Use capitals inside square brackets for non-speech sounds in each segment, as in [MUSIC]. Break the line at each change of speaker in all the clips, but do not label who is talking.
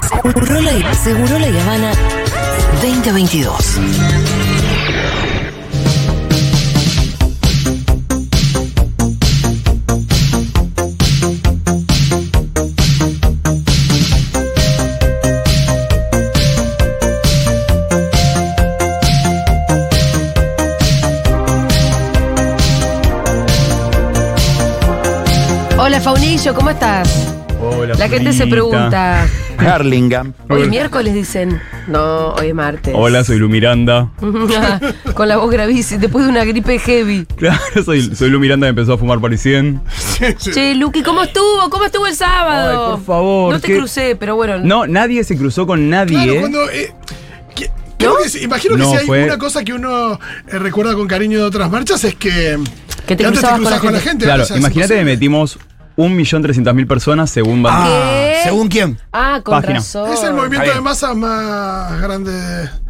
Seguro la, Seguro la Habana 2022.
Hola Faunillo, ¿cómo estás?
Hola,
La gente se
Florita.
pregunta.
Harlingham.
Hoy
Hola.
es miércoles dicen. No, hoy es martes.
Hola, soy Lu Miranda.
[LAUGHS]
[LAUGHS]
Con la voz gravísima, después de una gripe heavy.
Claro, soy, soy Lu Miranda que empezó a fumar Parisien.
Che, Luqui, ¿cómo estuvo? ¿Cómo estuvo el sábado?
Ay, por favor,
No te
qué-
crucé, pero bueno.
No, nadie se cruzó con nadie.
Claro, cuando. eh, que- creo que sí, imagino que
No,
si hay
fue-
una cosa que uno eh, recuerda con cariño de otras marchas es que.
Que te
antes
cruzabas
te cruzás con la gente.
Claro,
o sea, es
imagínate que
imposible.
metimos
Ah,
1.300.000 personas según Ban-
¿Qué?
¿Según quién?
Ah, con
Página.
razón.
Es el movimiento
Está
de
bien.
masas más grande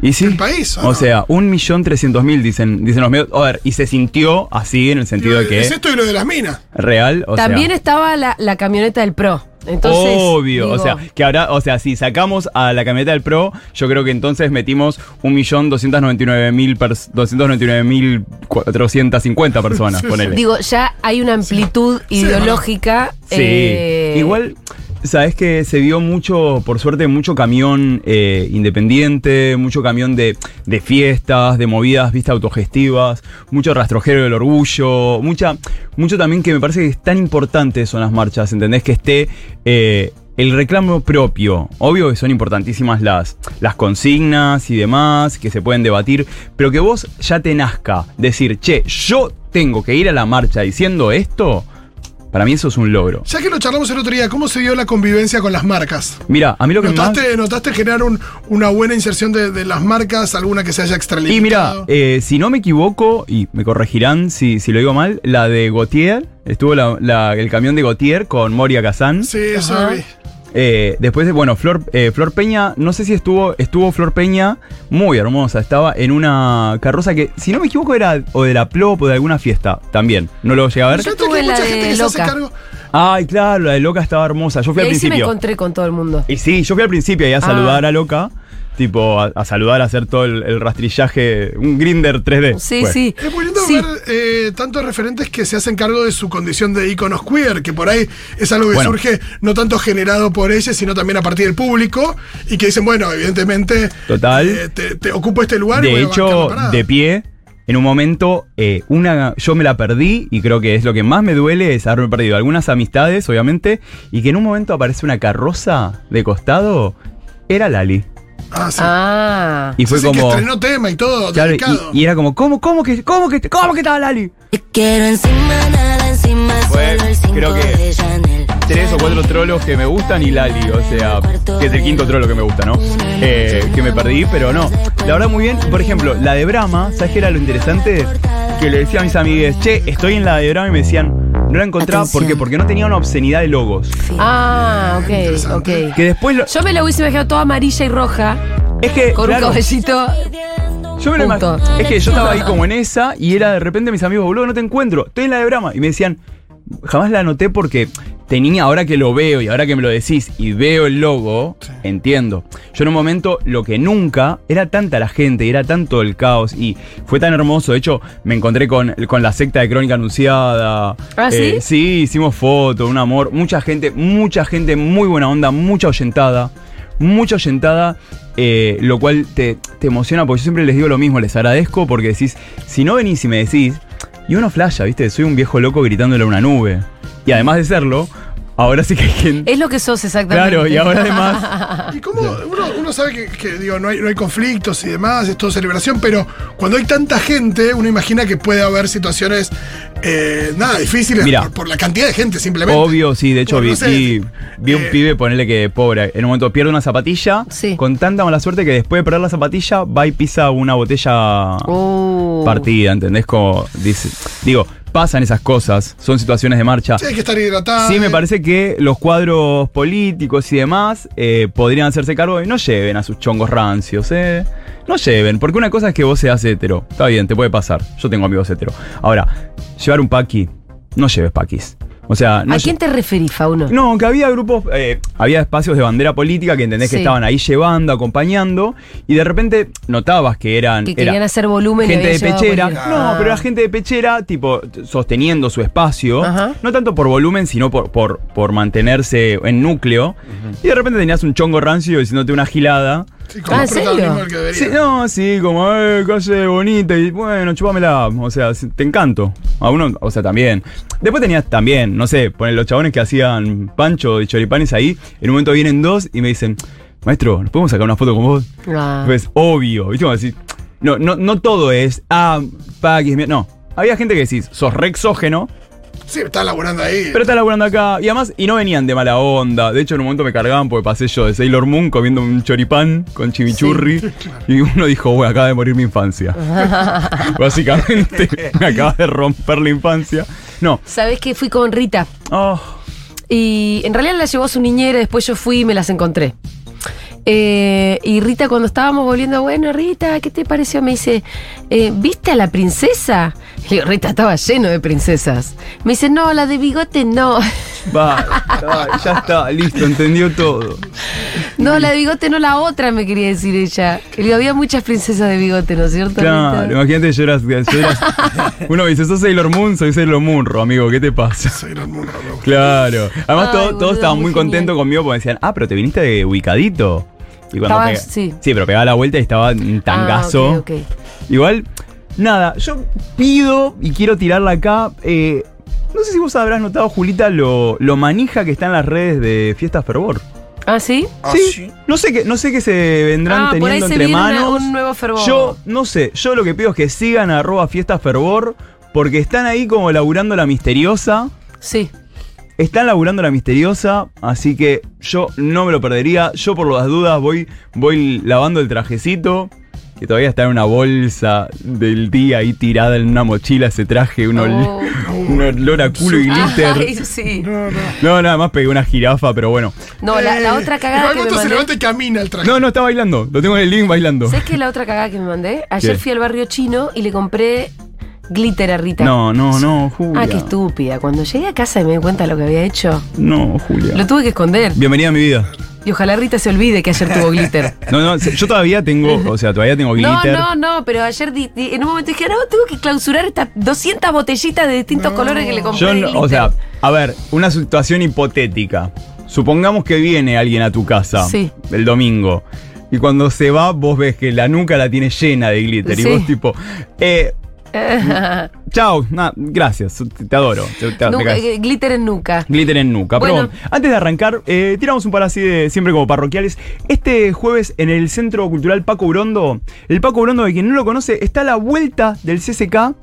¿Y sí?
del país.
O sea, 1.300.000 dicen, dicen los medios. A ver, y se sintió así en el sentido de que
Es esto y lo de las minas.
real. O
También
sea,
estaba la, la camioneta del pro. Entonces,
Obvio,
digo,
o sea, que ahora, o sea, si sacamos a la camioneta del Pro, yo creo que entonces metimos 1.299.000 pers- 299.450 personas, ponele.
Digo, ya hay una amplitud ideológica.
Sí.
eh,
Igual, sabes que se vio mucho, por suerte, mucho camión eh, independiente, mucho camión de, de fiestas, de movidas, vista autogestivas, mucho rastrojero del orgullo, mucha, mucho también que me parece que es tan importante eso en las marchas, ¿entendés? Que esté. eh, el reclamo propio, obvio que son importantísimas las, las consignas y demás, que se pueden debatir, pero que vos ya te nazca decir, che, yo tengo que ir a la marcha diciendo esto, para mí eso es un logro.
Ya que lo charlamos el otro día, ¿cómo se dio la convivencia con las marcas?
Mira, a mí lo que más...
¿Notaste, ¿Notaste generar un- una buena inserción de, de las marcas, alguna que se haya extralimitado?
Y mira, eh, si no me equivoco, y me corregirán si, si lo digo mal, la de Gautier, estuvo la- la- el camión de Gautier con Moria Kazan.
Sí, eso
Ajá.
lo vi.
Eh, después, de- bueno, Flor, eh, Flor Peña, no sé si estuvo, estuvo Flor Peña muy hermosa, estaba en una carroza que, si no me equivoco, era o de la Plop o de alguna fiesta también. No lo llegué a ver.
Fíjate
tuve
que hay
la
mucha
de
gente que se hace
loca.
cargo.
Ay, claro, la de Loca estaba hermosa, yo
y
fui al
ahí sí me
principio.
encontré con todo el mundo.
Y sí, yo fui al principio ahí a
Ah.
saludar a Loca, tipo a, a saludar, a hacer todo el, el rastrillaje, un grinder 3D.
Sí,
fue.
sí.
Es muy lindo
Sí.
ver eh, tantos referentes que se hacen cargo de su condición de íconos queer, que por ahí es algo que
Bueno.
surge no tanto generado por ellos, sino también a partir del público, y que dicen, bueno, evidentemente
Total.
eh, te, te ocupo este lugar. y
De
voy a bancar
hecho,
la parada.
de pie, en un momento, eh, una, yo me la perdí y creo que es lo que más me duele es haberme perdido algunas amistades, obviamente, y que en un momento aparece una carroza de costado, era Lali.
Ah, sí.
Ah.
Y fue
Sí, sí,
como...
que estrenó tema y todo,
Claro, y-
dedicado.
y, era como, ¿cómo, cómo que, cómo que, cómo que estaba Lali?
Te quiero encima, nada encima,
Fue,
solo el cinco
creo que
de Chanel.
tres o cuatro trolos que me gustan y Lali, o sea, que es el quinto trolo que me gusta, ¿no? Eh, que me perdí, pero no. La verdad, muy bien. Por ejemplo, la de Brahma, ¿sabes qué era lo interesante? Que le decía a mis amigues, che, estoy en la de Brahma y me decían, no la encontraba. ¿Por qué? Porque no tenía una obscenidad de logos.
Ah, ok, ok.
Que después lo-
Yo me la hubiese imaginado toda amarilla y roja,
Es que.
con
claro,
un cabellito.
Yo me lo
Punto. Ah.
imagino. Es que yo estaba ahí como en esa y era de repente mis amigos, boludo, no te encuentro. Estoy en la de Brahma. Y me decían, jamás la anoté porque tenía, ahora que lo veo y ahora que me lo decís y veo el logo, entiendo. Yo en un momento, lo que nunca, era tanta la gente y era tanto el caos y fue tan hermoso. De hecho, me encontré con, con la secta de Crónica Anunciada. eh,
¿Ah, sí?
sí, hicimos fotos, un amor. Mucha gente, mucha gente, muy buena onda, mucha oyentada mucha oyentada, eh, lo cual te, te emociona, porque yo siempre les digo lo mismo, les agradezco porque decís, si no venís y me decís, y uno flasha, ¿viste? Soy un viejo loco gritándole a una nube. Y además de serlo, ahora sí que hay gente...
Es lo que sos exactamente.
Claro, y ahora además...
Y cómo uno, uno sabe que, que, digo, no hay, no hay conflictos y demás, es todo celebración, pero cuando hay tanta gente, uno imagina que puede haber situaciones eh, nada difíciles
Mira.
por, por la cantidad de gente simplemente.
Obvio, sí, de hecho
Bueno,
vi,
no sé,
vi- vi un
eh,
pibe ponerle que pobre, en un momento pierde una zapatilla,
Sí.
con tanta mala suerte que después de perder la zapatilla va y pisa una botella [LAUGHS]
Uh.
partida, ¿entendés? Como dice, digo, pasan esas cosas, son situaciones de marcha.
Sí, hay que estar hidratado.
eh.
eh,
Sí, me parece que los cuadros políticos y demás eh, podrían hacerse cargo y no lleven a sus chongos rancios, ¿eh? No lleven, porque una cosa es que vos seas hetero. Está bien, te puede pasar. Yo tengo amigos hetero. Ahora, llevar un paqui, no lleves paquis. O O sea, no
¿A
es-
quién te referís, Fauno?
no, que había grupos, eh, había espacios de bandera política que entendés que
Sí.
estaban ahí llevando, acompañando, y de repente notabas que eran.
Que
era
querían hacer volumen y
Gente de
habían llevado
pechera.
política.
No,
Ah.
pero la gente de pechera, tipo, t- sosteniendo su espacio,
Ajá.
no tanto por volumen, sino por, por, por mantenerse en núcleo. Y de repente tenías un chongo rancio diciéndote una gilada.
Sí, como
Ah, ¿en
el protagonismo
serio?
del que debería.
Sí, no, sí, como, eh, calle bonita, y bueno, chupámela. O sea, sí, te encanto. A uno, o sea, también. Después tenías también, no sé, ponen los chabones que hacían pancho y choripanes ahí. En un momento vienen dos y me dicen, maestro, ¿nos podemos sacar una foto con vos?
Ah.
Pues obvio, ¿viste? Como decís, no, no, no todo es, ah, paquis, mira", no. Había gente que decís, sos re exógeno,
Sí, está laburando ahí.
pero estás laburando acá. Y además, y no venían de mala onda. De hecho, en un momento me cargaban porque pasé yo de Sailor Moon comiendo un choripán con chimichurri. [LAUGHS] Y uno dijo, bueno, acaba de morir mi infancia. Básicamente, [LAUGHS] me acaba de romper la infancia. No.
Sabés que fui con Rita
Oh,
y en realidad la llevó su niñera, después yo fui y me las encontré. Eh, y Rita cuando estábamos volviendo, bueno, Rita, ¿qué te pareció? Me dice, eh, ¿viste a la princesa? Le digo, Rita estaba lleno de princesas. Me dice, no, la de bigote no. [LAUGHS]
va, va, ya está, listo, entendió todo.
No, la de bigote no, la otra me quería decir ella. Le digo, había muchas princesas de bigote, ¿no es cierto?
Claro,
Rita?
imagínate yo eras, yo
[LAUGHS]
eras- Uno dice, sos Sailor Moon, soy Sailor Moonro, amigo, ¿qué te pasa?
Soy Gran Murra, loco.
Claro. Además,
Ay,
todo-
boludo,
todos estaban muy,
muy
contentos
genial.
conmigo porque decían, ah, pero te viniste de ubicadito. Y
Estabas-
pega-
sí.
pero pegaba la vuelta y estaba en tangazo.
Ah, ok, ok.
Igual, nada, yo pido y quiero tirarla acá. eh, no sé si vos habrás notado, Julita, lo, lo manija que está en las redes de Fiesta Fervor.
¿Ah, sí?
No sé qué, no sé qué se vendrán
Ah, por ahí
teniendo
se
entre
viene una-
manos.
un nuevo fervor.
Yo no sé, yo lo que pido es que sigan a arroba fiesta fervor, porque están ahí como laburando la misteriosa.
Sí.
Están laburando la misteriosa, así que yo no me lo perdería. Yo por las dudas voy, voy lavando el trajecito, que todavía está en una bolsa del día ahí tirada en una mochila ese traje, un, ol-
Oh.
un olor a culo y glitter.
[LAUGHS] Ay, sí.
No, no.
No, nada más pegué una jirafa, pero bueno.
No, la, la
Eh,
otra
el
cagada que me
momento se
mandé.
levanta y camina el traje.
No, no, está bailando. Lo tengo en el link bailando.
¿Sabes qué es la otra cagada que me mandé? Ayer
¿Qué?
fui al barrio chino y le compré glitter a Rita.
No, no, no, Julia.
Ah, qué estúpida. Cuando llegué a casa y me di cuenta de lo que había hecho,
No, Julia.
lo tuve que esconder.
Bienvenida a mi vida.
Y ojalá Rita se olvide que ayer tuvo glitter.
No, no, se- yo todavía tengo, o sea, todavía tengo
[LAUGHS] No,
[LAUGHS] glitter.
no, no, pero ayer di- di- en un momento dije, "Ah, no, tengo que clausurar estas 200 botellitas de distintos colores que le compré.
Yo,
de
no- o
glitter. [LAUGHS]
sea, a ver, una situación hipotética. Supongamos que viene alguien a tu casa
Sí.
el domingo y cuando se va vos ves que la nuca la tiene llena de glitter
Sí.
y vos tipo, eh, chao, na- gracias, te adoro. te- te- me
Nuca-
caes.
eh, glitter en nuca.
Glitter en nuca. Pero
Bueno.
bueno, antes de arrancar, eh, tiramos un par así de siempre como parroquiales. Este jueves en el Centro Cultural Paco Brondo, el Paco Brondo, de quien no lo conoce, está a la vuelta del CCK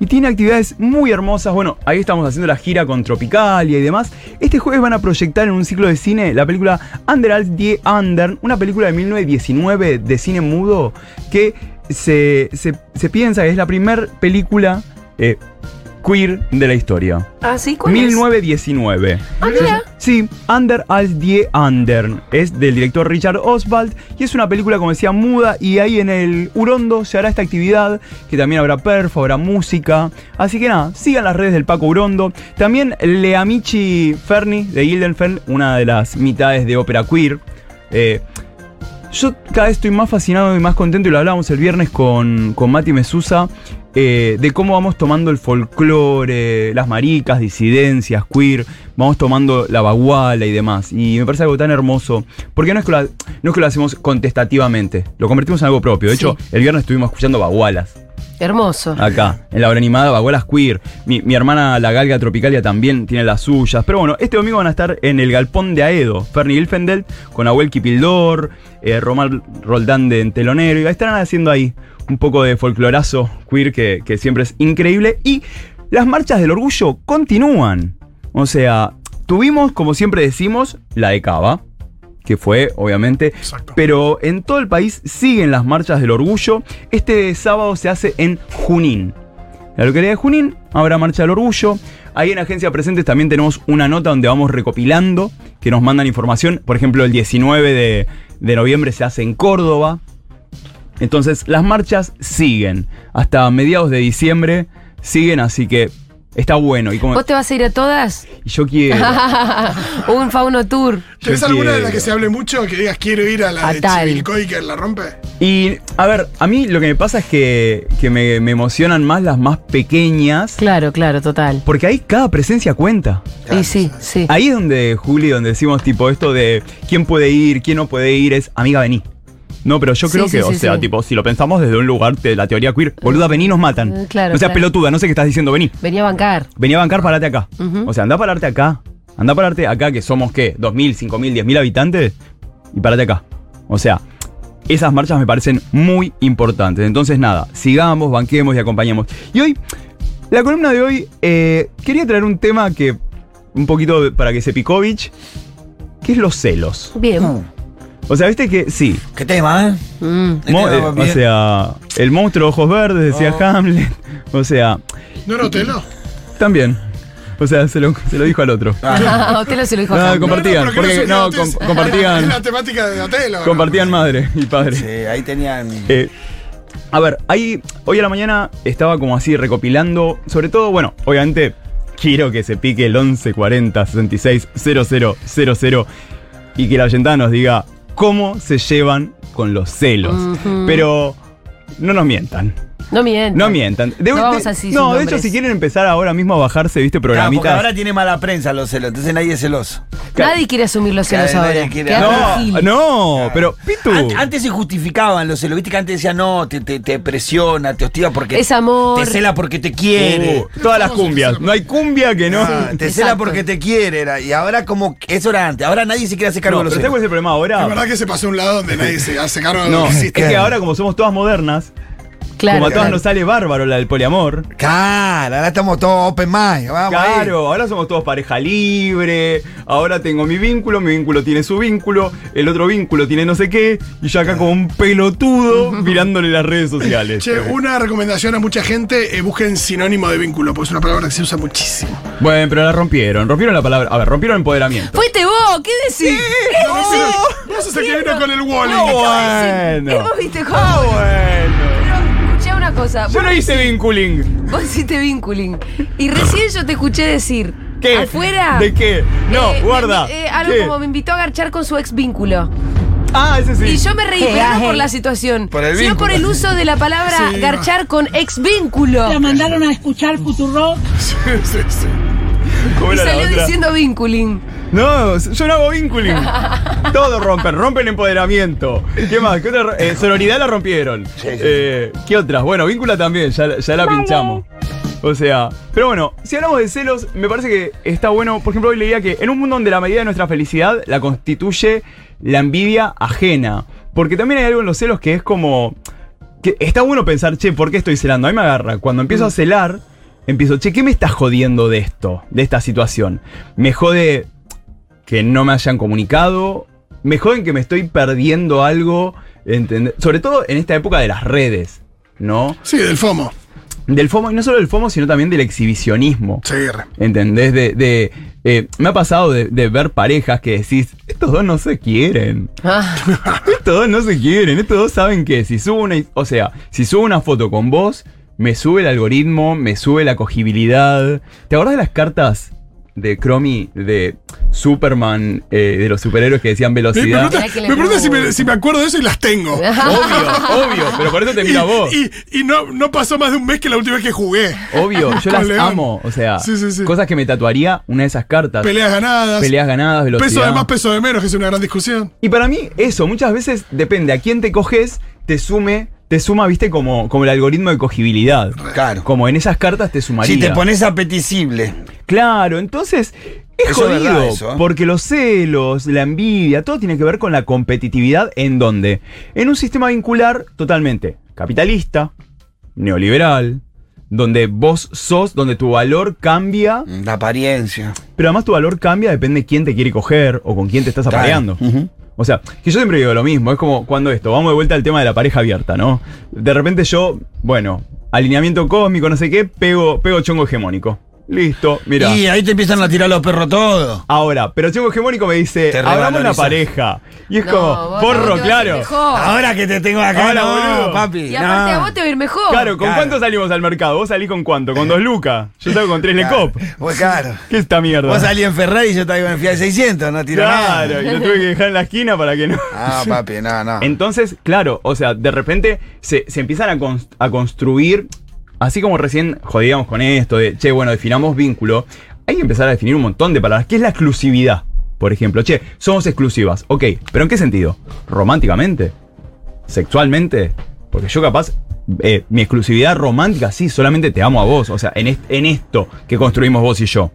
y tiene actividades muy hermosas. Bueno, ahí estamos haciendo la gira con Tropicalia y demás. Este jueves van a proyectar en un ciclo de cine la película Under Alt Die Under, una película de 1919 de cine mudo que se, se- se piensa que es la primera película eh, queer de la historia.
Ah, sí, ¿cuál es?
1919.
Ah, mira.
Sí, Under als Die Andern. Es del director Richard Oswald y es una película, como decía, muda. Y ahí en el Urondo se hará esta actividad, que también habrá perfo, habrá música. Así que nada, sigan las redes del Paco Urondo. También Leamichi Ferni, de Gildenfeld, una de las mitades de ópera queer. Eh, yo cada vez estoy más fascinado y más contento, y lo hablábamos el viernes con, con Mati Mesusa, eh, de cómo vamos tomando el folclore, las maricas, disidencias, queer, vamos tomando la baguala y demás. Y me parece algo tan hermoso, porque no es que lo, ha- no es que lo hacemos contestativamente, lo convertimos en algo propio. De
Sí.
hecho, el viernes estuvimos escuchando bagualas
Hermoso.
acá, en la hora animada, Bagualas Queer. Mi, mi hermana, la Galga Tropicalia, también tiene las suyas. Pero bueno, este domingo van a estar en el Galpón de Aedo, Fernie Gilfendel, con Abuel Kipildor, eh, Román Roldán de Entelonero. Y estarán haciendo ahí un poco de folclorazo queer que, que siempre es increíble. Y las marchas del orgullo continúan. O sea, tuvimos, como siempre decimos, la de Cava, que fue obviamente
Exacto.
pero en todo el país siguen las marchas del orgullo. Este sábado se hace en Junín. La localidad de Junín habrá marcha del orgullo. Ahí en Agencia Presentes también tenemos una nota donde vamos recopilando, que nos mandan información. Por ejemplo, el 19 de, de noviembre se hace en Córdoba. Entonces, las marchas siguen. Hasta mediados de diciembre siguen, así que Está bueno. Y como
¿Vos te vas a ir a todas?
y yo quiero.
Un fauno tour.
¿Tenés
Yo
alguna de
quiero.
las que se hable mucho que digas quiero ir a la
A
de
tal.
Chivilcoy que la rompe?
Y a ver, a mí lo que me pasa es que, que me, me emocionan más las más pequeñas.
Claro, claro, total.
Porque ahí cada presencia cuenta.
Y sí, sí.
Ahí es donde, Juli, donde decimos tipo esto de quién puede ir, quién no puede ir, es amiga, vení. No, pero yo
Sí,
creo
sí,
que, o
sí,
sea,
sí.
tipo, si lo pensamos desde un lugar de la teoría queer, boluda, vení, nos matan.
Mm, claro,
no seas
claro.
pelotuda, no sé qué estás diciendo, vení.
Venía a bancar.
Vení a bancar, parate acá.
Ujú.
O sea, anda a pararte acá. Anda a pararte acá, que somos, ¿qué? ¿2.000, 5.000, 10.000 habitantes? Y parate acá. O sea, esas marchas me parecen muy importantes. Entonces, nada, sigamos, banquemos y acompañemos. Y hoy, la columna de hoy, eh, quería traer un tema que, un poquito de- para que se picovich, que es los celos.
Bien.
O sea, viste que, sí,
¿Qué tema, eh?
[LAUGHS]
Mm.
Este
mo-
va
eh, o
bien. Oh.
sea, el monstruo de ojos verdes, decía
No.
Hamlet. O sea,
No, no, te no.
también. O sea, se lo, se lo dijo al otro. [LAUGHS]
Ah, usted lo se lo dijo.
No,
Juan.
como- Compartían,
pero que
porque-
se
no,
note,
com-
es-
compartían.
Es la temática de Otelo. ¿no?
Compartían madre y padre.
Sí, ahí tenían.
Eh, a ver, ahí hoy a la mañana estaba como así recopilando, sobre todo, bueno, obviamente quiero que se pique el 1140 66 0000 y que la oyentada nos diga cómo se llevan con los celos.
Ujú.
Pero no nos mientan,
no mientan.
no mientan. De,
No
de-
vamos a decir
no,
sus
de hecho,
nombres.
si quieren empezar ahora mismo a bajarse, viste,
Claro, porque
programitas.
ahora tiene mala prensa los celos, entonces nadie es celoso.
Nadie quiere asumir los celos
Nadie
ahora.
quiere-
Quedá como
no,
un gil.
no, pero Pitu.
An- antes se justificaban los celos, viste que antes decían no, te, te, te presiona, te hostiga porque.
Es amor.
Te cela porque te quiere.
Uh, todas las cumbias. No hay cumbia que no.
Ah, te cela
Exacto.
porque te quiere. era- Y ahora, como. que- Eso era antes. Ahora nadie se quiere hacer cargo
No,
de
pero
los
¿sabes cuál
celos.
es el problema
La
ahora?
verdad que se pasó a un lado donde nadie se hace cargo de
[LAUGHS]
lo
No,
que
es
existe.
claro.
que ahora como somos todas modernas,
Claro.
como a todas
claro.
nos sale bárbaro la del poliamor.
Claro, ahora estamos todos open mind.
Ah,
Vamos ahí.
Claro, ahora somos todos pareja libre, ahora tengo mi vínculo, mi vínculo tiene su vínculo, el otro vínculo tiene no sé qué, y yo acá como
[LAUGHS]
un pelotudo mirándole las redes sociales.
Che, una recomendación a mucha gente, eh, busquen sinónimo de vínculo, porque es una palabra que se usa muchísimo.
Bueno, pero la rompieron, rompieron la palabra, a ver, rompieron empoderamiento.
Fuiste vos, ¿qué decís? ¿Qué
No,
decís?
no se vino con el Wally.
No,
¿Qué
bueno.
vos viste, Juan?
Ah, bueno.
Pero escuchá una cosa.
Yo
Vos,
no hice vinculing.
vos hiciste vinculing. Y recién yo te escuché decir.
¿Qué?
¿Afuera?
¿De qué? No,
eh,
guarda.
me- eh, algo
¿Qué?
como me invitó a garchar con su ex vínculo.
Ah, ese sí.
Y
[LAUGHS]
yo me reí,
Qué
pero no
gaje.
por la situación,
Por el
sino
vínculo.
por el uso de la palabra
Sí,
garchar con ex vínculo.
La mandaron a escuchar Futurock.
Sí, sí, sí.
¿Cómo
Y
era la
salió
otra?
diciendo vinculing.
No, yo no hago vinculing. Todo rompen, rompen empoderamiento. ¿Qué más? ¿Qué otra ro- eh, sororidad la rompieron. Eh, ¿Qué otras? Bueno, víncula también, ya, la- ya la pinchamos. O sea, pero bueno, si hablamos de celos, me parece que está bueno. Por ejemplo, hoy leía que en un mundo donde la medida de nuestra felicidad la constituye la envidia ajena. Porque también hay algo en los celos que es como. que está bueno pensar, che, ¿por qué estoy celando? A mí me agarra. Cuando empiezo a celar, empiezo, che, ¿qué me está jodiendo de esto? De esta situación. Me jode que no me hayan comunicado. Me joden que me estoy perdiendo algo. ¿entendés? Sobre todo en esta época de las redes, ¿no?
Sí, del FOMO.
Del FOMO, y no solo del FOMO, sino también del exhibicionismo.
Sí, re.
¿Entendés? De, de, eh, me ha pasado de, de ver parejas que decís, estos dos no se quieren.
Ah,
Estos dos no se quieren, estos dos saben que si subo una, o sea, si subo una foto con vos, me sube el algoritmo, me sube la cogibilidad. ¿Te acordás de las cartas de Cromi de Superman, eh, de los superhéroes que decían
Me, me
velocidad?
pregunta,
Mirá que le
me pregunta si, me,
pregunto.
si me acuerdo de eso y las tengo.
Obvio, obvio, pero por eso te
[LAUGHS] Y,
mira vos.
y- y no, no pasó más de un mes que la última vez que jugué.
Obvio, yo
Con
las
León.
amo, o sea,
Sí, sí, sí.
cosas que me tatuaría una de esas cartas.
Peleas ganadas.
Peleas ganadas, velocidad.
peso de más, peso de menos, que es una gran discusión.
Y para mí, eso, muchas veces depende a quién te coges, te sume, te suma, viste, como, como el algoritmo de cogibilidad.
Claro.
Como en esas cartas te sumaría.
Si te pones apetecible.
Claro, entonces es
Eso es
jodido.
verdad, eso, ¿eh?
Porque los celos, la envidia, todo tiene que ver con la competitividad en donde. En un sistema vincular totalmente capitalista, neoliberal, donde vos sos, donde tu valor cambia,
La apariencia.
pero además tu valor cambia depende de quién te quiere coger o con quién te estás
Claro.
apareando.
Ujú.
O sea, que yo siempre digo lo mismo, es como cuando esto, vamos de vuelta al tema de la pareja abierta, ¿no? De repente yo, bueno, alineamiento cósmico, no sé qué, pego, pego chongo hegemónico. Listo, mira.
Y ahí te empiezan a tirar los perros todos.
Ahora, pero Chico Hegemónico me dice,
Te
abramos una
revalorizás.
pareja. Y es
No,
como,
vos
porro,
te vas a
claro.
mejor.
Ahora que te tengo acá,
Ahora,
no,
boludo.
papi.
Y aparte
no.
a vos te va a ir mejor.
Claro, ¿con
Claro.
cuánto salimos al mercado? ¿Vos salís con cuánto? ¿Con dos lucas? Yo salgo con tres Lecop.
Vos, claro.
¿Qué es esta mierda?
Vos salí en Ferrari y yo estaba en Fiat 600, no tiró
Claro,
nada.
y lo tuve que dejar en la esquina para que no.
Ah, papi, no, no.
Entonces, claro, o sea, de repente se, se empiezan a, cons- a construir, así como recién jodíamos con esto, de, che, bueno, definamos vínculo, hay que empezar a definir un montón de palabras. ¿Qué es la exclusividad? Por ejemplo, che, somos exclusivas. Ok, pero ¿en qué sentido? ¿Románticamente? ¿Sexualmente? Porque yo capaz, eh, mi exclusividad romántica, sí, solamente te amo a vos, o sea, en, est- en esto que construimos vos y yo.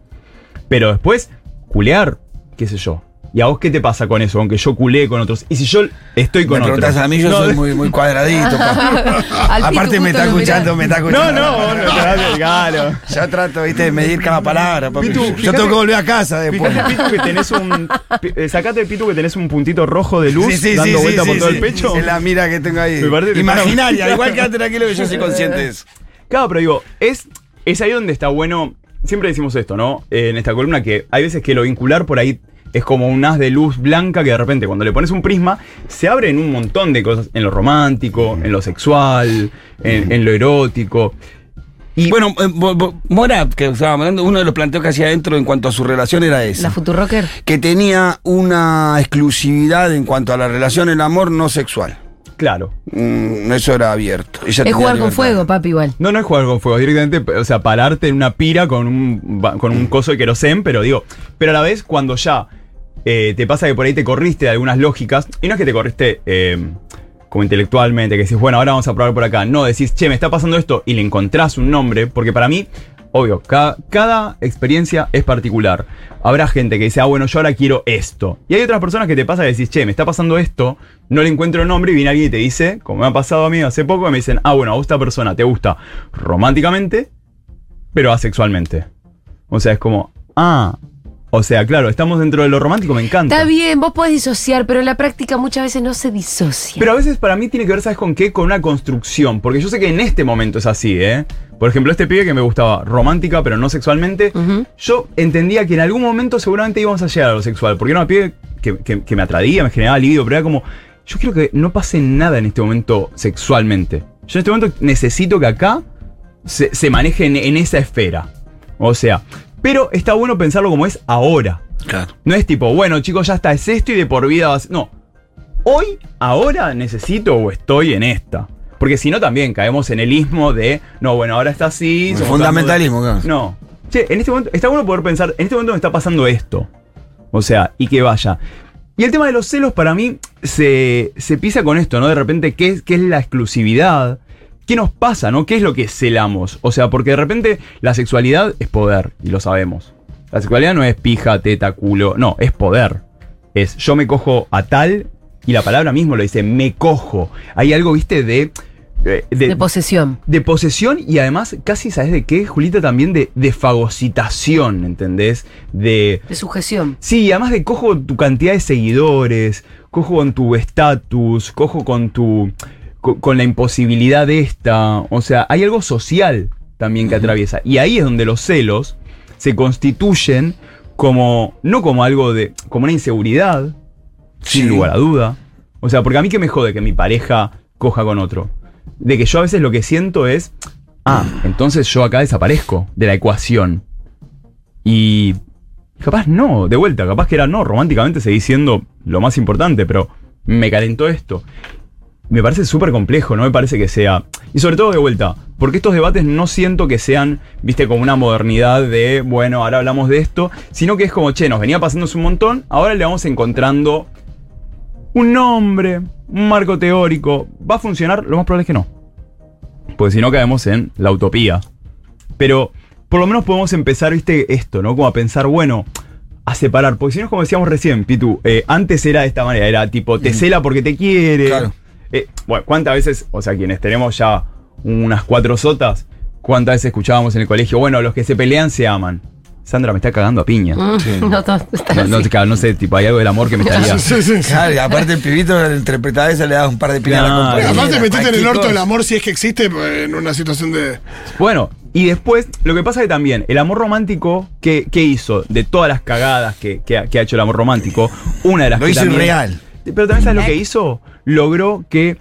Pero después, culear, qué sé yo. ¿Y a vos qué te pasa con eso? Aunque yo culeé con otros. Y si yo estoy
me
con otros.
preguntás a mí, yo
no,
soy muy, muy cuadradito. papi.
[LAUGHS] Al Pitu
Aparte me
justo
está
lo
escuchando,
mirás.
me
[LAUGHS]
está
No,
escuchando.
no, vos no te vas a-
[LAUGHS]
claro.
Yo trato, viste, de medir cada palabra, papi.
Pitu,
yo
fíjate-
tengo que volver a casa después.
Fíjate, Pitu, que tenés un. pi- eh, Sacate, Pitu, que tenés un puntito rojo de luz
Sí, sí,
dando
sí,
vuelta
sí,
por
sí,
todo el
sí.
pecho.
Es la mira que tengo ahí.
Me parece que
Imaginaria,
está-
igual quédate tranquilo que yo soy consciente de eso.
Claro, pero digo, es, es ahí donde está bueno. Siempre decimos esto, ¿no? Eh, en esta columna que hay veces que lo vincular por ahí es como un haz de luz blanca que de repente cuando le pones un prisma se abren un montón de cosas en lo romántico, en lo sexual, en, en lo erótico. Y
Bueno, eh, Bo- Bo- Mora, que estaba hablando, uno de los planteos que hacía adentro en cuanto a su relación era ese.
La Futurocker.
que tenía una exclusividad en cuanto a la relación, el amor no sexual.
claro.
Mm, eso era abierto. Ella
Es
tenía
jugar con
libertad.
fuego, papi, igual.
No, no es jugar con fuego, directamente, o sea, pararte en una pira con un, ba- con un coso de querosén, pero digo, pero a la vez cuando ya eh, te pasa que por ahí te corriste de algunas lógicas, y no es que te corriste eh, como intelectualmente, que decís, bueno, ahora vamos a probar por acá, no, decís, che, me está pasando esto, y le encontrás un nombre, porque para mí, obvio, ca- cada experiencia es particular. Habrá gente que dice, ah, bueno, yo ahora quiero esto, y hay otras personas que te pasa que decís, che, me está pasando esto, no le encuentro nombre, y viene alguien y te dice, como me ha pasado a mí hace poco, me dicen, ah, bueno, a vos esta persona te gusta románticamente, pero asexualmente. O sea, es como, ah, o sea, claro, estamos dentro de lo romántico, me encanta.
Está bien, vos podés disociar, pero en la práctica muchas veces no se disocia.
Pero a veces para mí tiene que ver, ¿sabes con qué? Con una construcción. Porque yo sé que en este momento es así, ¿eh? Por ejemplo, este pibe que me gustaba romántica, pero no sexualmente,
Ujú.
yo entendía que en algún momento seguramente íbamos a llegar a lo sexual. Porque era una pibe que, que- que me atraía, me generaba libido, pero era como, yo quiero que no pase nada en este momento sexualmente. Yo en este momento necesito que acá se, se maneje en, en esa esfera. O sea, pero está bueno pensarlo como es ahora.
Claro.
No es tipo, bueno, chicos, ya está, es esto y de por vida vas. No. Hoy, ahora necesito o estoy en esta. Porque si no, también caemos en el ismo de, no, bueno, ahora está así.
El
somos
fundamentalismo,
tanto de- No. Che, en este momento, está bueno poder pensar, en este momento me está pasando esto. O sea, y que vaya. Y el tema de los celos para mí se, se pisa con esto, ¿no? De repente, ¿qué es, qué es la exclusividad? ¿Qué nos pasa, no? ¿Qué es lo que celamos? O sea, porque de repente la sexualidad es poder, y lo sabemos. La sexualidad no es pija, teta, culo, no, es poder. Es yo me cojo a tal, y la palabra mismo lo dice, me cojo. Hay algo, viste, de... eh,
De posesión.
de posesión y además, casi, ¿sabes de qué, Julita? También de, de fagocitación, ¿entendés? De,
De sujeción.
Sí, y además de cojo con tu cantidad de seguidores, cojo con tu estatus, cojo con tu. co- con la imposibilidad de esta. O sea, hay algo social también que atraviesa. Y ahí es donde los celos se constituyen como. no como algo de. como una inseguridad, sin lugar a duda. O sea, porque a mí que me jode que mi pareja coja con otro. De que yo a veces lo que siento es. Ah, entonces yo acá desaparezco de la ecuación. Y Capaz no, de vuelta, capaz que era no, románticamente seguí siendo lo más importante, pero me calentó esto. Me parece súper complejo, no me parece que sea. Y sobre todo de vuelta, porque estos debates no siento que sean, viste, como una modernidad de, bueno, ahora hablamos de esto, sino que es como, che, nos venía pasándose un montón, ahora le vamos encontrando un nombre, un marco teórico. ¿Va a funcionar? Lo más probable es que no. Pues si no caemos en la utopía. Pero por lo menos podemos empezar, viste, esto, ¿no? Como a pensar, bueno, a separar. Porque si no es como decíamos recién, Pitu, eh, antes era de esta manera, era tipo, te cela porque te quiere.
Claro.
Eh, bueno, ¿cuántas veces, o sea, quienes tenemos ya unas cuatro sotas, cuántas veces escuchábamos en el colegio, bueno, los que se pelean se aman. Sandra me está cagando a piña.
Ah,
[LAUGHS]
No,
No, todos están
no,
así.
claro, no sé, tipo, hay algo del amor que me estaría.
Sí, sí, sí.
Claro, y aparte el pibito la interpretada esa le da un par de pilas
Claro.
a la compañera.
Aparte, metete en el orto
de
del amor si es que existe pues, en una situación de.
Bueno, y después, lo que pasa que también, el amor romántico, ¿qué, qué hizo? De todas las cagadas que, que ha, que ha hecho el amor romántico, una de las
Lo
que
hizo
también-
irreal.
Pero también, ¿sabes lo que hizo? Logró que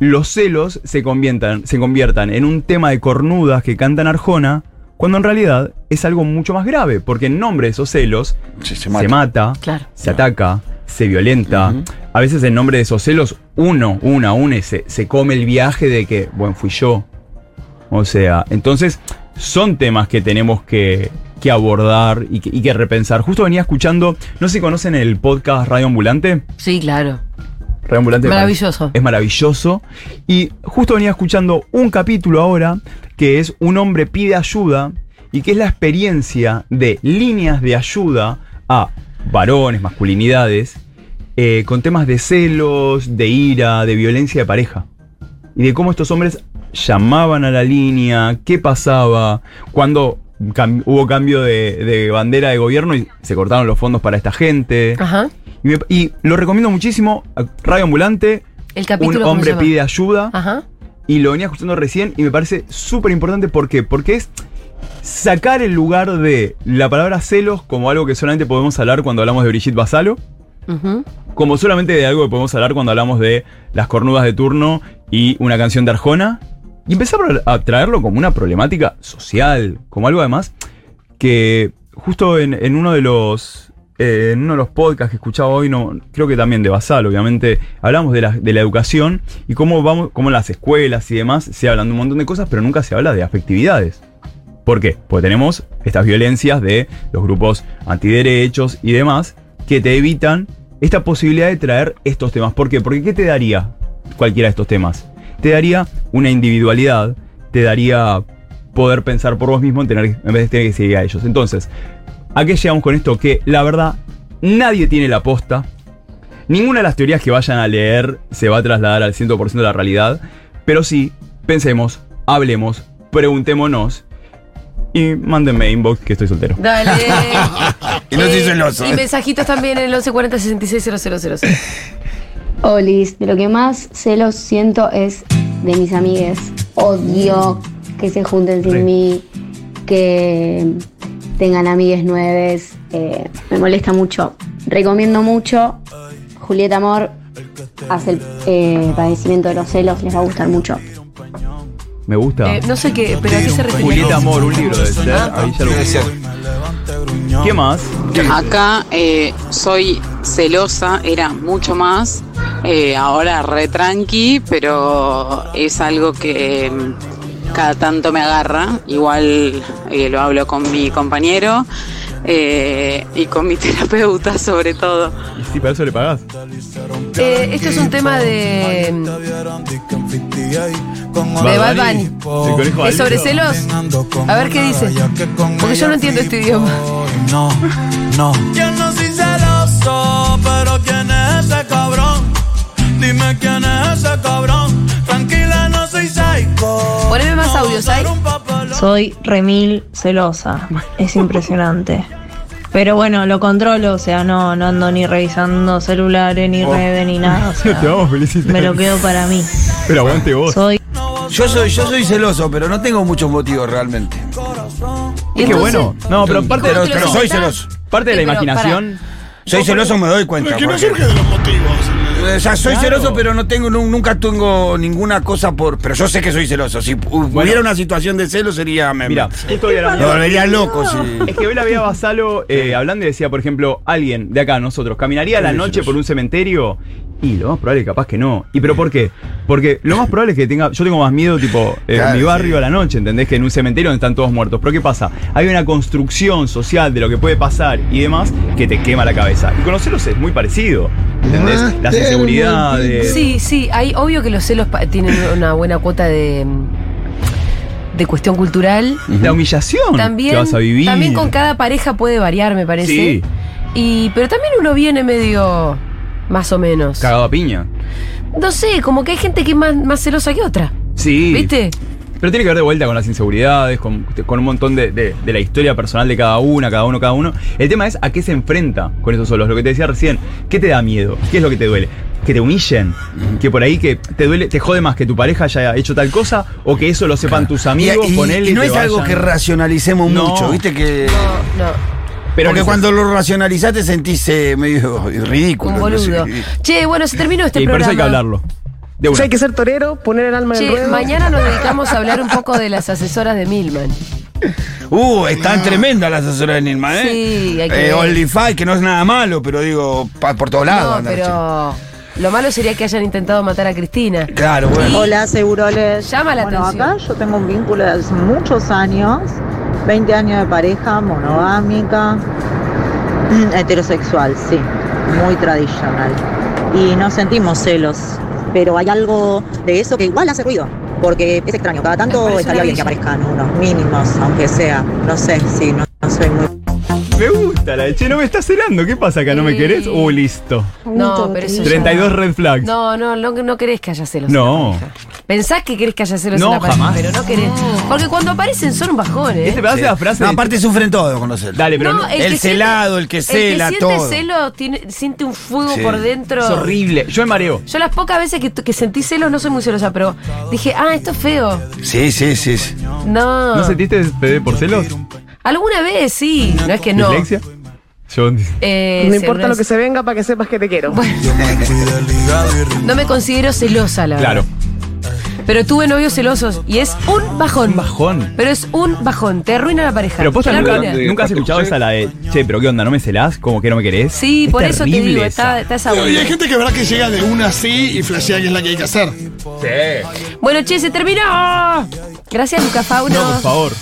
los celos se conviertan, se conviertan en un tema de cornudas que cantan Arjona, cuando en realidad es algo mucho más grave, porque en nombre de esos celos
Sí, se
se
mata.
mata,
Claro.
se ataca, se violenta. A veces en nombre de esos celos, uno, una, une, se, se come el viaje de que, bueno, fui yo. O sea, entonces son temas que tenemos que, que abordar y que, y que repensar. Justo venía escuchando, no sé si conocen el podcast Radio Ambulante.
Sí, claro.
Radio Ambulante
Maravilloso.
Es maravilloso. Y justo venía escuchando un capítulo ahora que es Un hombre pide ayuda y que es la experiencia de líneas de ayuda a varones, masculinidades, eh, con temas de celos, de ira, de violencia de pareja. Y de cómo estos hombres llamaban a la línea, qué pasaba, cuando cam- hubo cambio de, de bandera de gobierno y se cortaron los fondos para esta gente.
Ajá.
Y, me- y lo recomiendo muchísimo. Radio Ambulante.
El capítulo,
Un
¿cómo se
hombre
llama? Ah.
pide ayuda.
Ajá.
Y lo venía escuchando recién y me parece súper importante. ¿Por qué? Porque es sacar el lugar de la palabra celos como algo que solamente podemos hablar cuando hablamos de Brigitte Basalo.
Ujú.
[LAUGHS] Como solamente de algo que podemos hablar cuando hablamos de las cornudas de turno y una canción de Arjona. Y empezar a traerlo como una problemática social, como algo además que justo en, en uno de los eh, en uno de los podcasts que escuchaba hoy, no, creo que también de Basal, obviamente, hablamos de la, de la educación y cómo vamos, cómo en las escuelas y demás se hablan de un montón de cosas, pero nunca se habla de afectividades. ¿Por qué? Porque tenemos estas violencias de los grupos antiderechos y demás que te evitan esta posibilidad de traer estos temas. ¿Por qué? Porque ¿qué te daría cualquiera de estos temas? Te daría una individualidad, te daría poder pensar por vos mismo en, tener, en vez de tener que seguir a ellos. Entonces, ¿a qué llegamos con esto? Que la verdad, nadie tiene la posta. Ninguna de las teorías que vayan a leer se va a trasladar al 100% de la realidad, pero sí, pensemos, hablemos, preguntémonos y mándenme inbox que estoy soltero.
Dale.
Y no se hizo el
Eh,
oso.
Y mensajitos también en el 1140 66 000.
Olis, de lo que más celos siento es de mis amigues. Odio que se junten sin
Re.
mí, que tengan amigues nueves. eh, me molesta mucho. Recomiendo mucho Julieta Amor. Hace el eh, padecimiento de los celos, les va a gustar mucho.
Me gusta.
Eh, no sé qué, pero ¿a qué se refiere?
Julieta Amor, un libro de ser. Ahí ya lo
Debe ser.
¿Qué más?
Acá eh, soy celosa, era mucho más, eh, ahora re tranqui, pero es algo que mm, cada tanto me agarra, igual eh, lo hablo con mi compañero eh, y con mi [LAUGHS] terapeuta sobre todo.
Y si para eso le pagás.
Eh, esto es un tema de.
De
Bad Bunny. ¿Es sobre celos? A ver qué dice. Porque yo no entiendo este idioma.
No, no. [LAUGHS] Yo no soy celoso, pero ¿quién es ese cabrón? Dime quién es ese cabrón. Tranquila, no soy psycho.
Poneme más
No
audios,
usar
¿hay?
un papelón.
Soy remil
[LAUGHS]
celosa. Es impresionante. Pero bueno, lo controlo, o sea, no, no ando ni revisando celulares, ni redes, ni nada. o sea,
Oh. [LAUGHS] Te vamos a felicitar.
me lo quedo
[LAUGHS]
para mí.
Pero aguante vos.
Soy
Yo soy, yo soy celoso, pero no tengo muchos motivos realmente.
Y
Qué
entonces-
bueno. No, pero parte,
Pero-
¿Cómo te lo
pero soy
sentás?
celoso.
parte de la
Sí, pero
imaginación.
Soy celoso, me doy cuenta.
que no
porque-
surge de los motivos.
O sea, soy
Claro.
celoso, pero no tengo, nu- nunca tengo ninguna cosa por. Pero yo sé que soy celoso. Si hu- hubiera una situación de celo, sería. me-
Mira, esto de la
me volvería loco. si-
Es que hoy la veía a Basalo eh, hablando y decía, por ejemplo, alguien de acá, nosotros, caminaría a la noche por un cementerio y lo más probable es capaz que no. ¿Y pero por qué? Porque lo más probable es que tenga. Yo tengo más miedo, tipo, eh,
Claro,
en mi barrio
sí.
a la noche, ¿entendés? Que en un cementerio donde están todos muertos. Pero ¿qué pasa? Hay una construcción social de lo que puede pasar y demás que te quema la cabeza. Y conocerlos es muy parecido. ¿Entendés?
Ah,
Las inseguridades.
Sí, sí, hay obvio que los celos pa- tienen una buena cuota de mm, de cuestión cultural.
La humillación
También,
que vas a vivir.
también con cada pareja puede variar, me parece.
Sí.
Y pero también uno viene medio más o menos.
Cagado a piña.
No sé, como que hay gente que es más, más celosa que otra.
Sí.
¿Viste?
Pero tiene que ver de vuelta con las inseguridades, con, con un montón de, de- de la historia personal de cada una, cada uno, cada uno. El tema es a qué se enfrenta con esos solos. Lo que te decía recién, ¿qué te da miedo? ¿Qué es lo que te duele? Que te humillen, que por ahí que te duele, te jode más que tu pareja haya hecho tal cosa o que eso lo sepan tus amigos
y,
con él.
y no
te
es algo
vayan-
que racionalicemos
No.
mucho, ¿viste? Que,
No,
Pero
porque
no sé.
cuando lo racionalizás te sentís eh, medio [LAUGHS] ridículo.
un
no sé.
boludo. Che, bueno, se terminó este
y por
programa.
eso hay que hablarlo. De una.
hay que ser torero, poner el alma en el
Che,
ruedo.
mañana nos dedicamos a hablar un poco de las asesoras de Milman.
Uh, están tremendas las asesoras de Nilma, ¿eh?
Sí, hay que
Eh,
ver.
OnlyFi, que no es nada malo, pero digo, pa- por todos lados.
No,
andan, Ah, che.
pero lo malo sería que hayan intentado matar a Cristina.
Claro, bueno.
Hola, Seguroles.
Llama la
bueno,
atención.
acá yo tengo un vínculo de hace muchos años, 20 años de pareja, monogámica, [CLEARS THROAT] heterosexual, sí, muy tradicional. Y no sentimos celos, pero hay algo de eso que igual hace ruido, porque es extraño, cada
Me
tanto
parece
estaría
una
bien que
belleza.
aparezcan unos mínimos, aunque sea, no sé, sí, no, no soy
Eh,
muy...
Me gusta la de, che, no me estás cenando. ¿Qué pasa acá? ¿No me querés? Uh, listo.
No, pero eso ya-
32 red flags.
No, no, no, no querés que haya celos.
No.
en la pareja. Pensás que querés que haya celos
No,
en la pareja,
jamás.
pero no querés. Porque cuando aparecen son un bajón, ¿eh?
Este pedazo de la frase.
No,
de-
aparte sufren todo con los celos.
Dale, pero. no-
el celado, el que cela,
El que siente
todo.
celo tiene- siente un fuego
Sí.
por dentro.
Es horrible. Yo me mareo.
Yo las pocas veces que, que sentí celos no soy muy celosa, pero dije, ah, esto es feo.
Sí, sí, sí. sí.
No.
¿No sentiste PD por celos?
Alguna vez sí, no es que Eh, no.
¿Dislexia? Yo.
Eh,
No
sí,
importa
alguna
lo que
vez-
se venga para que sepas que te quiero.
No me considero celosa, la
Claro.
verdad. Pero tuve novios celosos y es un bajón.
Bajón.
Pero es un bajón, te arruina la pareja.
Pero posta
Te la
nunca,
arruina.
nunca has escuchado esa la de Che, pero qué onda, ¿no me celás? Como que no me querés.
Sí,
Es
por eso te
terrible
digo,
esa.
está, está esa
Y hay
vuelta.
gente que verá que llega de una así y flashea que es la que hay que hacer.
Bueno, che, se terminó. Gracias, Luca Fauno.
No, por favor.